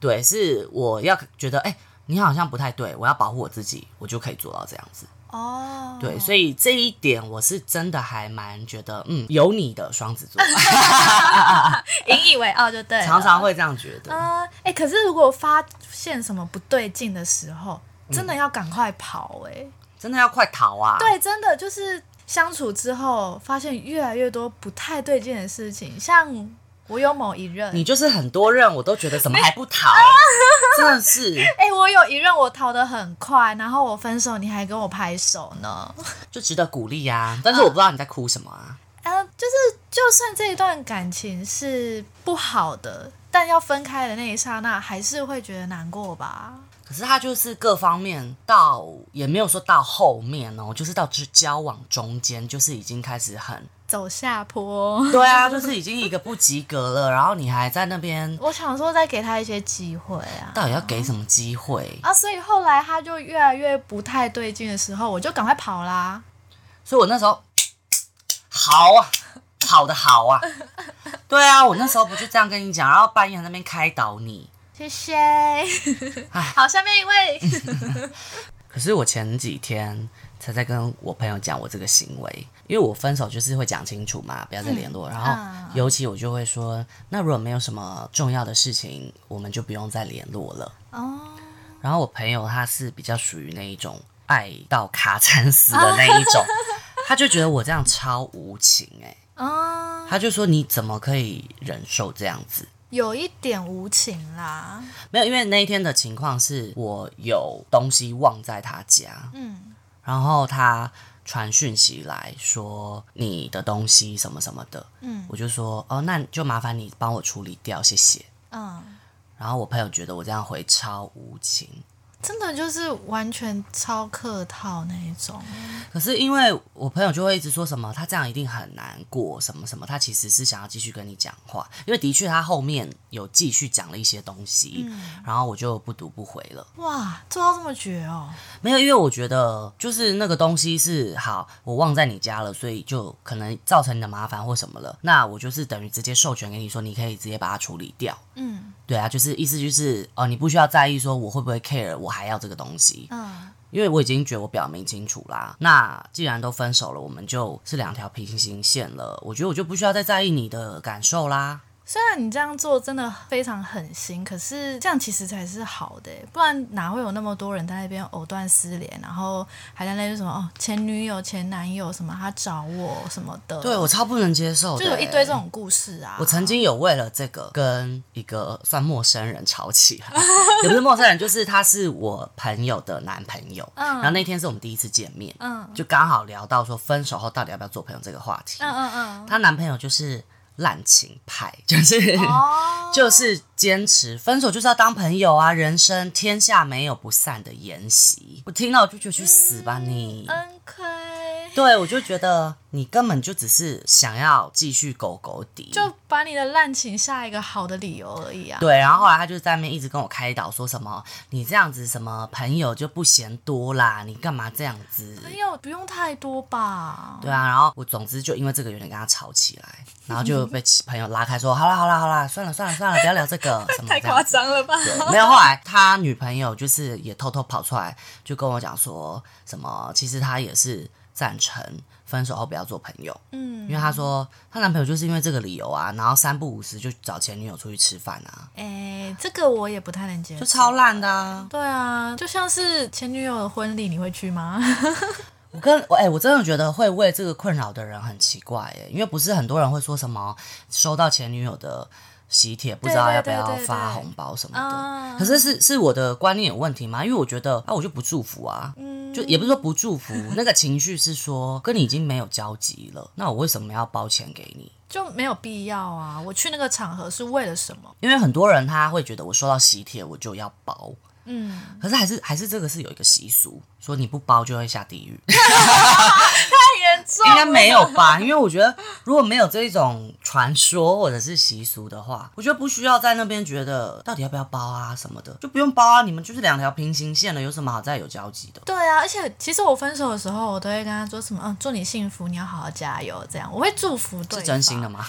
Speaker 1: 对，是我要觉得哎、你好像不太对，我要保护我自己，我就可以做到这样子。
Speaker 2: 哦，
Speaker 1: 对，所以这一点我是真的还蛮觉得，嗯，有你的双
Speaker 2: <laughs>
Speaker 1: 子座，
Speaker 2: 引以为傲就对了。
Speaker 1: 常常会这样觉得。
Speaker 2: 啊，哎、可是如果发现什么不对劲的时候，
Speaker 1: 嗯
Speaker 2: 真的要赶快跑哎、
Speaker 1: 真的要快逃啊！，
Speaker 2: 对，真的就是相处之后，发现越来越多不太对劲的事情。像我有某一任，
Speaker 1: 你就是很多任我都觉得怎么还不逃，真的是
Speaker 2: 哎、我有一任我逃得很快，然后我分手，你还跟我拍手呢。
Speaker 1: 就值得鼓励啊！但是我不知道你在哭什么啊。
Speaker 2: 呃，就是就算这一段感情是不好的，但要分开的那一刹那，还是会觉得难过吧。
Speaker 1: 可是他就是各方面到也没有说到后面哦，就是到之交往中间，就是已经开始很
Speaker 2: 走下坡， <laughs>
Speaker 1: 对啊，就是已经一个不及格了，然后你还在那边，
Speaker 2: 我想说再给他一些机会啊。
Speaker 1: 到底要给什么机会？
Speaker 2: 啊，所以后来他就越来越不太对劲的时候，我就赶快跑啦。
Speaker 1: 所以我那时候好啊，好的好啊，对啊，我那时候不就这样跟你讲，然后半夜还在那边开导你。
Speaker 2: 谢谢。 <laughs> 好，下面一位。
Speaker 1: 可是我前几天才在跟我朋友讲我这个行为，因为我分手就是会讲清楚嘛，不要再联络。然
Speaker 2: 啊
Speaker 1: 后尤其我就会说，那如果没有什么重要的事情，我们就不用再联络了。
Speaker 2: 哦，
Speaker 1: 然后我朋友他是比较属于那一种爱到卡惨死的那一种，他就觉得我这样超无情哎、
Speaker 2: 哦，
Speaker 1: 他就说你怎么可以忍受这样子？
Speaker 2: 有一点无情啦。
Speaker 1: 没有，因为那一天的情况是我有东西忘在他家，
Speaker 2: 嗯，
Speaker 1: 然后他传讯息来说你的东西什么什么的，
Speaker 2: 嗯
Speaker 1: 我就说哦，那就麻烦你帮我处理掉，谢谢。
Speaker 2: 嗯，
Speaker 1: 然后我朋友觉得我这样回超无情，
Speaker 2: 真的就是完全超客套那一种。
Speaker 1: 可是因为我朋友就会一直说什么他这样一定很难过什么什么，他其实是想要继续跟你讲话，因为的确他后面有继续讲了一些东西，然后我就不读不回了。
Speaker 2: 哇，做到这么绝哦！
Speaker 1: 没有，因为我觉得就是那个东西是好，我忘在你家了，所以就可能造成你的麻烦或什么了。那我就是等于直接授权给你说，你可以直接把它处理掉。
Speaker 2: 嗯
Speaker 1: 对啊，就是意思就是哦，你不需要在意说我会不会 care，我还要这个东西，
Speaker 2: 嗯，
Speaker 1: 因为我已经觉得我表明清楚啦。那既然都分手了，我们就是两条平行线了，我觉得我就不需要再在意你的感受啦。
Speaker 2: 虽然你这样做真的非常狠心，可是这样其实才是好的欸，不然哪会有那么多人在那边藕断丝连，然后还在那边什么哦前女友、前男友什么他找我什么的，
Speaker 1: 对我超不能接受的
Speaker 2: 就
Speaker 1: 欸，
Speaker 2: 有一堆这种故事啊。
Speaker 1: 我曾经有为了这个跟一个算陌生人吵起
Speaker 2: <laughs>
Speaker 1: 来，也不是陌生人，就是他是我朋友的男朋友。
Speaker 2: 嗯
Speaker 1: 然后那天是我们第一次见面，
Speaker 2: 嗯
Speaker 1: 就刚好聊到说分手后到底要不要做朋友这个话题。
Speaker 2: 嗯嗯
Speaker 1: 她男朋友就是滥情派，就是、 <laughs>
Speaker 2: 嗯，哦，
Speaker 1: 就是坚持分手就是要当朋友啊，人生天下没有不散的筵席。我听到我就觉得去死吧
Speaker 2: 嗯
Speaker 1: 你！
Speaker 2: 恩亏。
Speaker 1: 对，我就觉得你根本就只是想要继续狗狗底，
Speaker 2: 就把你的滥情下一个好的理由而已啊。
Speaker 1: 对，然后后来他就在那边一直跟我开导，说什么你这样子什么朋友就不嫌多啦，你干嘛这样子？
Speaker 2: 朋友不用太多吧？
Speaker 1: 对啊，然后我总之就因为这个有点跟他吵起来，然后就被其朋友拉开说，好啦好啦好啦，算了算了算了，不要聊这个什么这样子。
Speaker 2: 张了吧？
Speaker 1: 对没有，后来他女朋友就是也偷偷跑出来，就跟我讲说什么，其实他也是赞成分手后不要做朋友，因
Speaker 2: 嗯，
Speaker 1: 为她说她男朋友就是因为这个理由啊，然后三不五时就找前女友出去吃饭啊，
Speaker 2: 哎，这个我也不太能接
Speaker 1: 就
Speaker 2: 受。
Speaker 1: 超烂的啊。
Speaker 2: 对啊，就像是前女友的婚礼，你会去吗？
Speaker 1: 我跟我哎、我真的觉得会为这个困扰的人很奇怪耶，因为不是很多人会说什么收到前女友的喜帖，不知道
Speaker 2: 对
Speaker 1: 要不
Speaker 2: 对
Speaker 1: 要
Speaker 2: 对对
Speaker 1: 发
Speaker 2: 对
Speaker 1: 红包什么的。
Speaker 2: 啊
Speaker 1: 可是是是我的观念有问题吗？因为我觉得啊，我就不祝福啊，
Speaker 2: 嗯
Speaker 1: 就也不是说不祝福，那个情绪是说跟你已经没有交集了，那我为什么要包钱给你？
Speaker 2: 就没有必要啊！我去那个场合是为了什么？
Speaker 1: 因为很多人他会觉得我收到喜帖我就要包，
Speaker 2: 嗯，
Speaker 1: 可是还是还是这个是有一个习俗，说你不包就会下地狱。
Speaker 2: 太严重
Speaker 1: 应该没有吧？因为我觉得如果没有这一种传说或者是习俗的话，我觉得不需要在那边觉得到底要不要包啊什么的，就不用包啊。你们就是两条平行线了，有什么好再有交集的？
Speaker 2: 对啊，而且其实我分手的时候，我都会跟他说什么，嗯，祝你幸福，你要好好加油，这样我会祝福对
Speaker 1: 是
Speaker 2: 方。
Speaker 1: 真心的吗？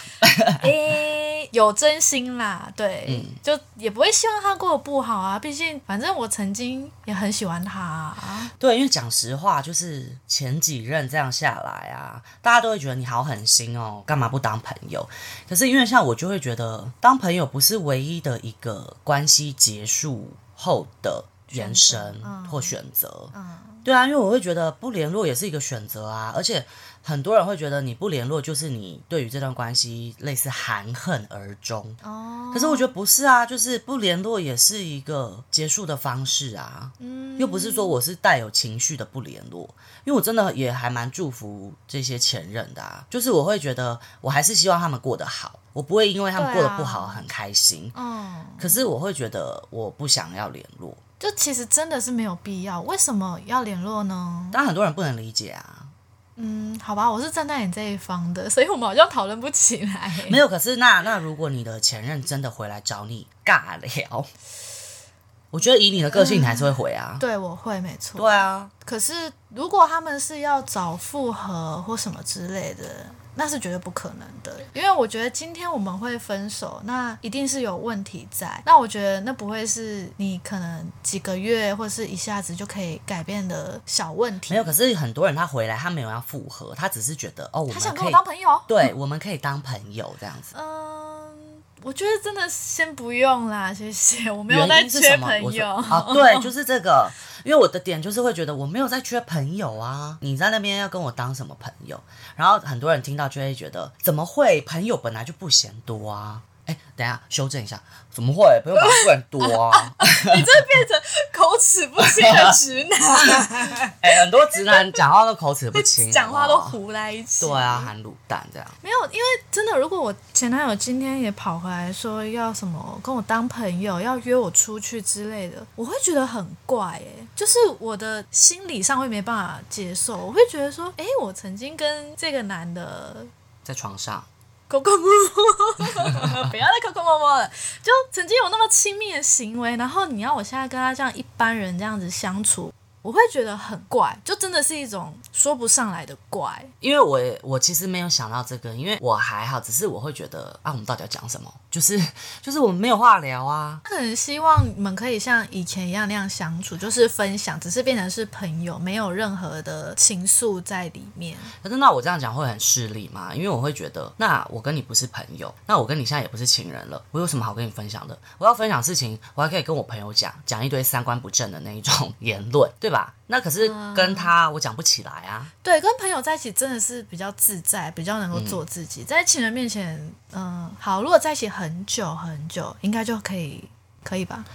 Speaker 2: 诶、有真心啦，对，
Speaker 1: 嗯
Speaker 2: 就也不会希望他过得不好啊。毕竟，反正我曾经也很喜欢他、啊，
Speaker 1: 对，因为讲实话，就是前几任这样下来啊，大家都会觉得你好狠心哦，干嘛不当朋友？可是因为像我就会觉得，当朋友不是唯一的一个关系结束后的延伸或选择。对啊，因为我会觉得不联络也是一个选择啊，而且很多人会觉得你不联络就是你对于这段关系类似含恨而终。
Speaker 2: 哦，
Speaker 1: 可是我觉得不是啊，就是不联络也是一个结束的方式啊。
Speaker 2: 嗯，
Speaker 1: 又不是说我是带有情绪的不联络，因为我真的也还蛮祝福这些前任的啊，就是我会觉得我还是希望他们过得好，我不会因为他们
Speaker 2: 对啊
Speaker 1: 过得不好很开心，
Speaker 2: 嗯，
Speaker 1: 可是我会觉得我不想要联络，
Speaker 2: 就其实真的是没有必要，为什么要联络呢？
Speaker 1: 但很多人不能理解啊，
Speaker 2: 嗯，好吧，我是站在你这一方的，所以我们好像讨论不起来。
Speaker 1: 没有，可是那那如果你的前任真的回来找你尬聊，我觉得以你的个性，你还是会回啊，
Speaker 2: 对，我会没错。
Speaker 1: 对啊，
Speaker 2: 可是如果他们是要找复合或什么之类的，那是绝对不可能的。因为我觉得今天我们会分手，那一定是有问题在。那我觉得那不会是你可能几个月或是一下子就可以改变的小问题。
Speaker 1: 没有，可是很多人他回来他没有要复合，他只是觉得哦，我
Speaker 2: 他想
Speaker 1: 们可
Speaker 2: 跟我
Speaker 1: 以
Speaker 2: 当。朋友？
Speaker 1: 对，我们可以当朋友这样子。
Speaker 2: 嗯，我觉得真的先不用啦，谢谢。我没有
Speaker 1: 原
Speaker 2: 在
Speaker 1: 因是什
Speaker 2: 缺
Speaker 1: 么？
Speaker 2: 朋
Speaker 1: 我说
Speaker 2: 友。 <laughs>
Speaker 1: 啊，对，就是这个。因为我的点就是会觉得我没有在缺朋友啊，你在那边要跟我当什么朋友？然后很多人听到就会觉得怎么会？朋友本来就不嫌多啊。哎，等一下修正一下，怎么会？朋友本来不嫌多啊。
Speaker 2: <laughs> 你这变成口齿不清的直男，
Speaker 1: 哎，很多直男讲话都口齿 <laughs> 不清，啊
Speaker 2: 讲话都
Speaker 1: 好不好
Speaker 2: 糊在一起。
Speaker 1: 对啊，含卤蛋这样。
Speaker 2: 没有，因为真的，如果我前男友今天也跑回来说要什么跟我当朋友，要约我出去之类的，我会觉得很怪哎、就是我的心理上会没办法接受，我会觉得说，哎、我曾经跟这个男的
Speaker 1: 在床上，
Speaker 2: 勾勾摸摸，不要再勾勾摸摸了，就曾经有那么亲密的行为，然后你要我现在跟他这样一般人这样子相处，我会觉得很怪，就真的是一种说不上来的怪。
Speaker 1: 因为我也我其实没有想到这个，因为我还好，只是我会觉得啊，我们到底要讲什么？就是就是我们没有话聊啊。
Speaker 2: 他很希望你们可以像以前一样那样相处，就是分享，只是变成是朋友，没有任何的情愫在里面。
Speaker 1: 可是那我这样讲会很势利吗？因为我会觉得，那我跟你不是朋友，那我跟你现在也不是情人了，我有什么好跟你分享的？我要分享事情，我还可以跟我朋友讲，讲一堆三观不正的那一种 <laughs> 言论，对吧？那可是跟他我讲不起来啊。
Speaker 2: 对，跟朋友在一起真的是比较自在，比较能够做自己。在情人面前，嗯，好，如果在一起很久很久，应该就可以，可以吧？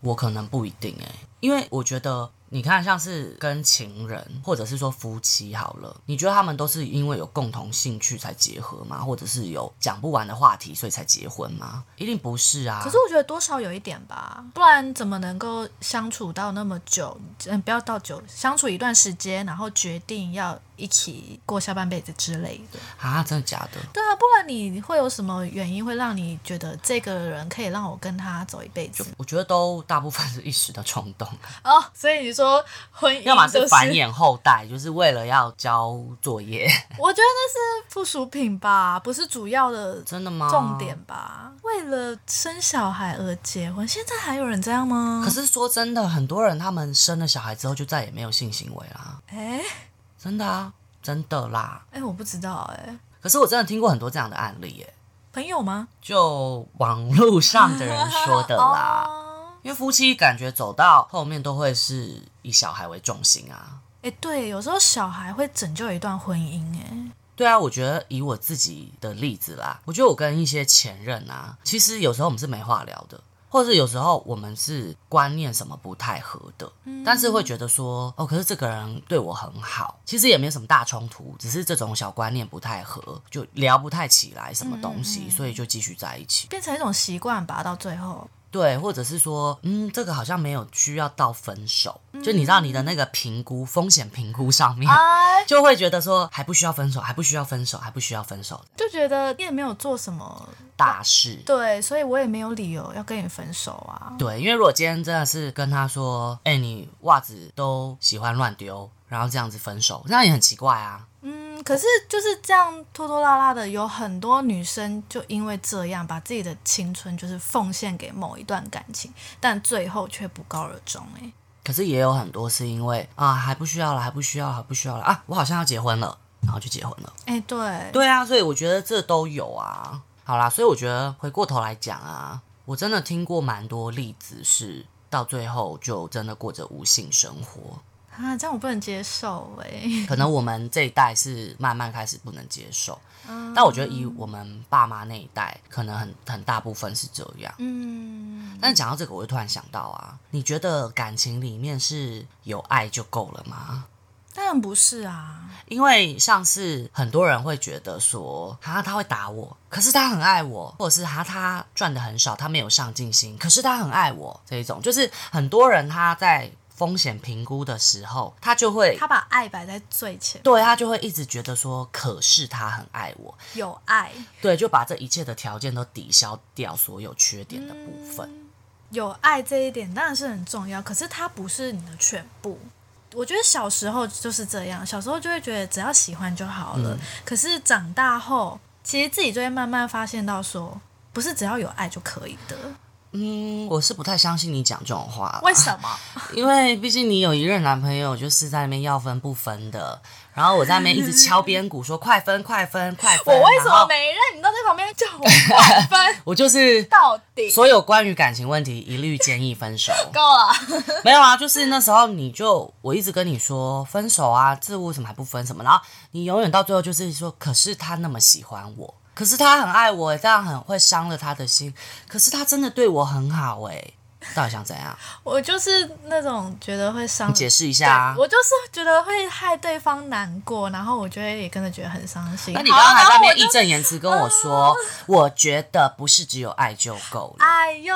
Speaker 1: 我可能不一定哎、因为我觉得你看，像是跟情人或者是说夫妻好了，你觉得他们都是因为有共同兴趣才结合吗？或者是有讲不完的话题所以才结婚吗？一定不是啊。
Speaker 2: 可是我觉得多少有一点吧，不然怎么能够相处到那么久？嗯，不要到久，相处一段时间，然后决定要一起过下半辈子之类的。
Speaker 1: 啊，真的假的？
Speaker 2: 对啊，不然你会有什么原因会让你觉得这个人可以让我跟他走一辈子？
Speaker 1: 我觉得都大部分是一时的冲
Speaker 2: <laughs>
Speaker 1: 动，
Speaker 2: 哦，所以你说婚姻、就是，
Speaker 1: 要么是繁衍后代，就是为了要交作
Speaker 2: <laughs>
Speaker 1: 业。
Speaker 2: 我觉得那是附属品吧，不是主要的
Speaker 1: 真的吗？
Speaker 2: 重点。吧。为了生小孩而结婚，现在还有人这样吗？
Speaker 1: 可，是说真的，很多人他们生了小孩之后就再也没有性行为啦，
Speaker 2: 哎
Speaker 1: 真的啊，真的啦。
Speaker 2: 哎，我不知道哎、
Speaker 1: 可是我真的听过很多这样的案例耶、
Speaker 2: 朋友吗？
Speaker 1: 就网络上的人说的啦。
Speaker 2: <laughs> 哦
Speaker 1: 因为夫妻感觉走到后面都会是以小孩为重心啊。
Speaker 2: 哎、对，有时候小孩会拯救一段婚姻、哎，
Speaker 1: 对啊，我觉得以我自己的例子啦，我觉得我跟一些前任啊，其实有时候我们是没话聊的，或者是有时候我们是观念什么不太合的，但是会觉得说，哦，可是这个人对我很好，其实也没有什么大冲突，只是这种小观念不太合，就聊不太起来什么东西，所以就继续在一起。
Speaker 2: 变成一种习惯吧，到最后。
Speaker 1: 对，或者是说，嗯，这个好像没有需要到分手，就你让你的那个评估风险评估上面，
Speaker 2: 哎，
Speaker 1: 就会觉得说还不需要分手，还不需要分手，还不需要分手，
Speaker 2: 就觉得你也没有做什么，
Speaker 1: 大事。
Speaker 2: 对，所以我也没有理由要跟你分手啊。
Speaker 1: 对，因为如果今天真的是跟他说，哎、你袜子都喜欢乱丢，然后这样子分手，那也很奇怪啊。
Speaker 2: 嗯，可是就是这样拖拖拉拉的，有很多女生就因为这样，把自己的青春就是奉献给某一段感情，但最后却不告而终、哎，
Speaker 1: 可是也有很多是因为啊，还不需要了，还不需要了，还不需要了啊，我好像要结婚了，然后就结婚了。
Speaker 2: 哎、对，
Speaker 1: 对啊，所以我觉得这都有啊。好啦，所以我觉得回过头来讲啊，我真的听过蛮多例子是到最后就真的过着无性生活。
Speaker 2: 啊，这样我不能接受哎、
Speaker 1: 可能我们这一代是慢慢开始不能接受，但我觉得以我们爸妈那一代，可能很很大部分是这样。
Speaker 2: 嗯，
Speaker 1: 但是讲到这个，我就突然想到啊，你觉得感情里面是有爱就够了吗？
Speaker 2: 当然不是啊，
Speaker 1: 因为像是很多人会觉得说，哈，他会打我，可是他很爱我，或者是哈，他赚的很少，他没有上进心，可是他很爱我，这一种就是很多人他在风险评估的时候，他就会
Speaker 2: 他。把爱摆在最前，
Speaker 1: 对他就会一直觉得说，可是他很爱我，
Speaker 2: 有爱，
Speaker 1: 对，就把这一切的条件都抵消掉所有缺点的部分。
Speaker 2: 有爱这一点当然是很重要，可是它不是你的全部。我觉得小时候就是这样，小时候就会觉得只要喜欢就好
Speaker 1: 嗯
Speaker 2: 了。可是长大后，其实自己就会慢慢发现到说，不是只要有爱就可以的。
Speaker 1: 啊嗯，我是不太相信你讲这种话啦，
Speaker 2: 为什么？
Speaker 1: 因为毕竟你有一任男朋友，就是在那边要分不分的，然后我在那边一直敲边鼓说快分快分快分，
Speaker 2: 我为什
Speaker 1: 然
Speaker 2: 么
Speaker 1: 后
Speaker 2: 每一任你都在旁边
Speaker 1: <laughs>
Speaker 2: 叫我满分
Speaker 1: 我就是
Speaker 2: 到底？
Speaker 1: 所有关于感情问题一律建议分手。
Speaker 2: 够了， <laughs>
Speaker 1: 没有啊，就是那时候你就我一直跟你说分手啊，这为什么还不分什么？然后你永远到最后就是说，可是他那么喜欢我，可是他很爱我，这样很会伤了他的心，可是他真的对我很好哎、到底想怎样？
Speaker 2: 我就是那种觉得会伤
Speaker 1: 你。解释一下啊
Speaker 2: 对！我就是觉得会害对方难过，然后我就会也跟着觉得很伤心。
Speaker 1: 那你刚刚还在那边
Speaker 2: 一
Speaker 1: 义正言辞跟我说，我觉得不是只有爱就够了。
Speaker 2: 哎呦，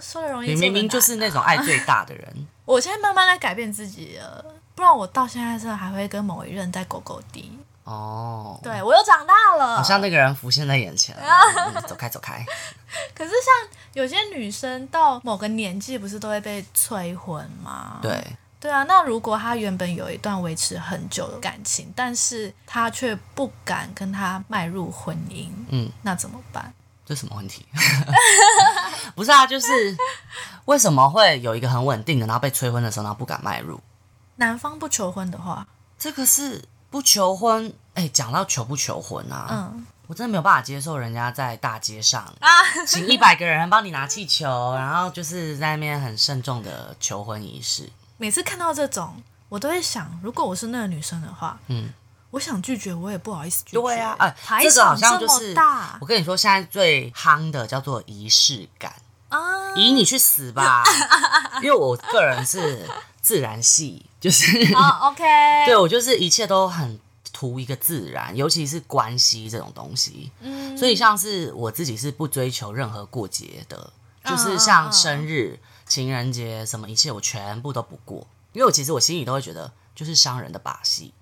Speaker 2: 说的容易，
Speaker 1: 你明明就是那种爱最大的人，
Speaker 2: 我现在慢慢在改变自己了，不然我到现在真的还会跟某一任在狗狗地。
Speaker 1: <laughs> 哦，
Speaker 2: 对我又长大了，
Speaker 1: 好像那个人浮现在眼 <laughs> 前了。嗯走开，走开。
Speaker 2: 可是像有些女生到某个年纪，不是都会被催婚吗？
Speaker 1: 对，
Speaker 2: 对啊，那如果他原本有一段维持很久的感情，但是他却不敢跟他迈入婚姻，
Speaker 1: 嗯，
Speaker 2: 那怎么办？
Speaker 1: 这什么问题？ <laughs> 不是啊，就是为什么会有一个很稳定的，然后被催婚的时候，然后不敢迈入？
Speaker 2: 男方不求婚的话，
Speaker 1: 这个是不求婚。哎、讲到求不求婚啊，
Speaker 2: 嗯，
Speaker 1: 我真的没有办法接受人家在大街上
Speaker 2: 啊，
Speaker 1: 请一百个人帮你拿气球，然后就是在那边很慎重的求婚仪式。
Speaker 2: 每次看到这种，我都会想，如果我是那个女生的话，
Speaker 1: 嗯，
Speaker 2: 我想拒绝，我也不好意思拒绝。
Speaker 1: 对啊，哎、
Speaker 2: 排
Speaker 1: 这个好
Speaker 2: 场
Speaker 1: 像
Speaker 2: 这
Speaker 1: 就
Speaker 2: 么
Speaker 1: 是
Speaker 2: 大
Speaker 1: 我跟你说，现在最夯的叫做仪式感，
Speaker 2: 啊，
Speaker 1: 以你去死
Speaker 2: <laughs>
Speaker 1: 吧！因为我个人是自然系，就是、 <laughs>
Speaker 2: 哦，OK，
Speaker 1: 对我就是一切都很图一个自然，尤其是关系这种东西。
Speaker 2: 嗯，
Speaker 1: 所以像是我自己是不追求任何过节的，
Speaker 2: 嗯
Speaker 1: 就是像生日、情人节什么一切我全部都不过，因为我其实我心里都会觉得就是商人的把戏，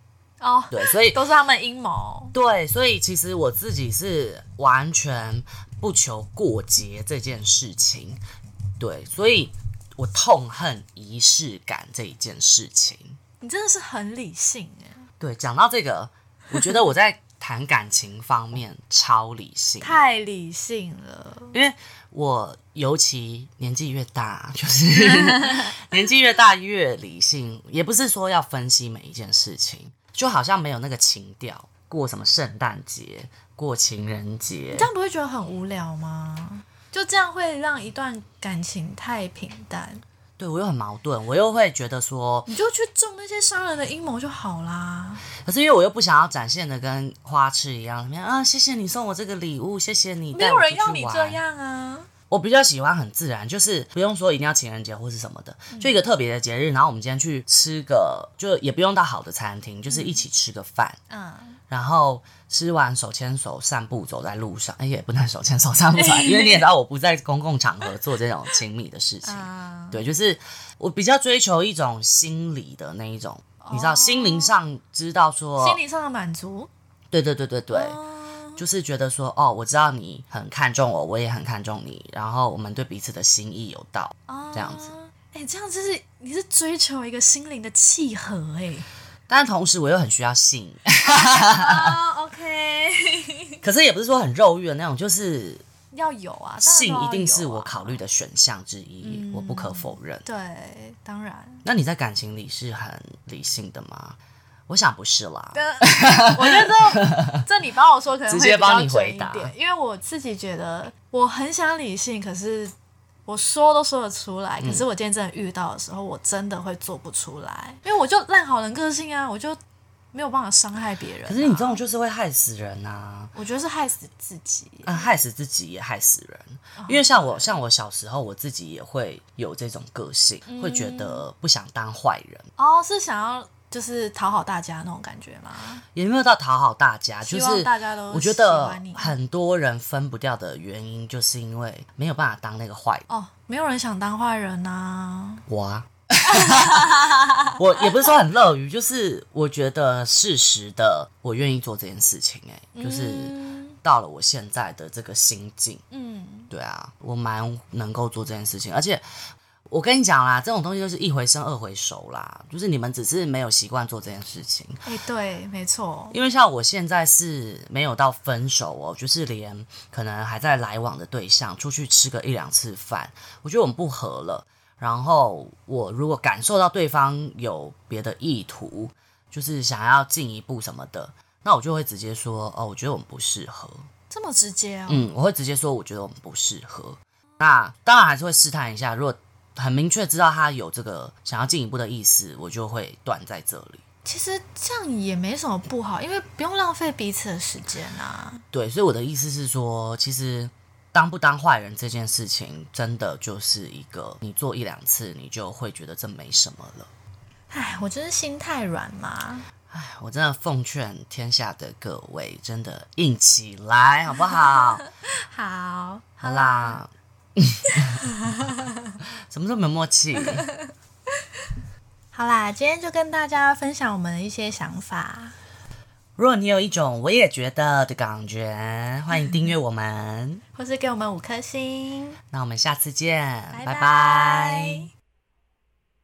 Speaker 2: 哦，
Speaker 1: 对，所以
Speaker 2: 都是他们阴谋。
Speaker 1: 对，所以其实我自己是完全不求过节这件事情，对，所以我痛恨仪式感这一件事情。
Speaker 2: 你真的是很理性哎，
Speaker 1: 对，讲到这个，我觉得我在谈感情方面超理性，
Speaker 2: 太理性了。
Speaker 1: 因为我尤其年纪越大，就是
Speaker 2: <laughs>
Speaker 1: 年纪越大越理性，也不是说要分析每一件事情，就好像没有那个情调。过什么圣诞节，过情人节
Speaker 2: 你这，样不会觉得很无聊吗？就这样会让一段感情太平淡，
Speaker 1: 对我又很矛盾，我又会觉得说，
Speaker 2: 你就去中那些商人的阴谋就好啦。
Speaker 1: 可是因为我又不想要展现的跟花痴一样，怎么样啊？谢谢你送我这个礼物，谢谢你，
Speaker 2: 没有人要你这。样啊。
Speaker 1: 我比较喜欢很自然，就是不用说一定要情人节或是什么的，
Speaker 2: 嗯
Speaker 1: 就一个特别的节日，然后我们今天去吃个，就也不用到好的餐厅，就是一起吃个饭，
Speaker 2: 嗯，
Speaker 1: 然后吃完手牵手散步走在路上，哎、也不能手牵手散步走在，因为你也知道我不在公共场合做这种亲密的事情。
Speaker 2: <laughs> 啊，
Speaker 1: 对，就是我比较追求一种心理的那一种，你知道，心灵上知道说，
Speaker 2: 哦心理上的满足。
Speaker 1: 对对对对对，
Speaker 2: 哦
Speaker 1: 就是觉得说，哦，我知道你很看重我，我也很看重你，然后我们对彼此的心意有到。这样子。
Speaker 2: 哦哎，这样就是你是追求一个心灵的契合
Speaker 1: <laughs>
Speaker 2: 哎。
Speaker 1: 但同时我又很需要性， <laughs>
Speaker 2: 啊，OK， <laughs>
Speaker 1: 可是也不是说很肉欲的那种，就是
Speaker 2: 要有啊，当然都
Speaker 1: 性
Speaker 2: 要
Speaker 1: 一定是
Speaker 2: 有啊嗯
Speaker 1: 我考虑的选项之一，我不可否认。
Speaker 2: 对，当
Speaker 1: <laughs>
Speaker 2: 然。
Speaker 1: 那你在感情里是很理性的吗？我想不是啦。
Speaker 2: 但我觉 <laughs> 得这这你帮我说可能会
Speaker 1: 直接
Speaker 2: 比较
Speaker 1: 帮你
Speaker 2: 准
Speaker 1: 回
Speaker 2: 一
Speaker 1: 答
Speaker 2: 点因为我自己觉得我很想理性，可是我说都说得出来，
Speaker 1: 嗯
Speaker 2: 可是我今天真的遇到的时候，我真的会做不出来，因为我就烂好人个性啊，我就没有办法伤害别人啊、
Speaker 1: 可是你这种就是会害死人啊，
Speaker 2: 我觉得是害死自己。
Speaker 1: 啊害死自己也害死人。
Speaker 2: 哦
Speaker 1: 因为像我，像我小时候，我自己也会有这种个性，
Speaker 2: 嗯
Speaker 1: 会觉得不想当坏人，
Speaker 2: 哦，是想要就是讨好大家那种感觉吗？
Speaker 1: 也没有到讨好大家，就
Speaker 2: 希望
Speaker 1: 是
Speaker 2: 大家都
Speaker 1: 我觉
Speaker 2: 喜
Speaker 1: 得
Speaker 2: 欢你
Speaker 1: 很多人分不掉的原因，就是因为没有办法当那个坏人。
Speaker 2: 哦，没有人想当坏人呐、
Speaker 1: 我啊， <laughs> 我也不是说很乐于，就是我觉得适时的，我愿意做这件事情、哎，就是
Speaker 2: 嗯
Speaker 1: 到了我现在的这个心境，
Speaker 2: 嗯，
Speaker 1: 对啊，我蛮能够做这件事情，而且。我跟你讲啦，这种东西就是一回生二回熟啦，就是你们只是没有习惯做这件事情。
Speaker 2: 哎、对，没错。
Speaker 1: 因为像我现在是没有到分手哦，就是连可能还在来往的对象出去吃个一两次饭，我觉得我们不合了。然后我如果感受到对方有别的意图，就是想要进一步什么的，那我就会直接说哦，我觉得我们不适合。
Speaker 2: 这么直接哦。
Speaker 1: 嗯，我会直接说我觉得我们不适合。那当然还是会试探一下，如果很明确知道他有这个想要进一步的意思，我就会断在这里。
Speaker 2: 其实这样也没什么不好，因为不用浪费彼此的时间啊。
Speaker 1: 对，所以我的意思是说，其实当不当坏人这件事情，真的就是一个你做一两次，你就会觉得这没什么了。
Speaker 2: 唉，我真是心太软嘛。
Speaker 1: 哎我真的奉劝天下的各位，真的硬起来好不好？
Speaker 2: 好，
Speaker 1: 好啦，什么时候没默契？
Speaker 2: 好啦，今天就跟大家分享我们的一些想法。
Speaker 1: 如果你有一种我也觉得的感觉，欢迎订阅我们。
Speaker 2: 或是给我们五颗星，
Speaker 1: 那我们下次见，
Speaker 2: 拜
Speaker 1: 拜
Speaker 2: 拜
Speaker 1: 拜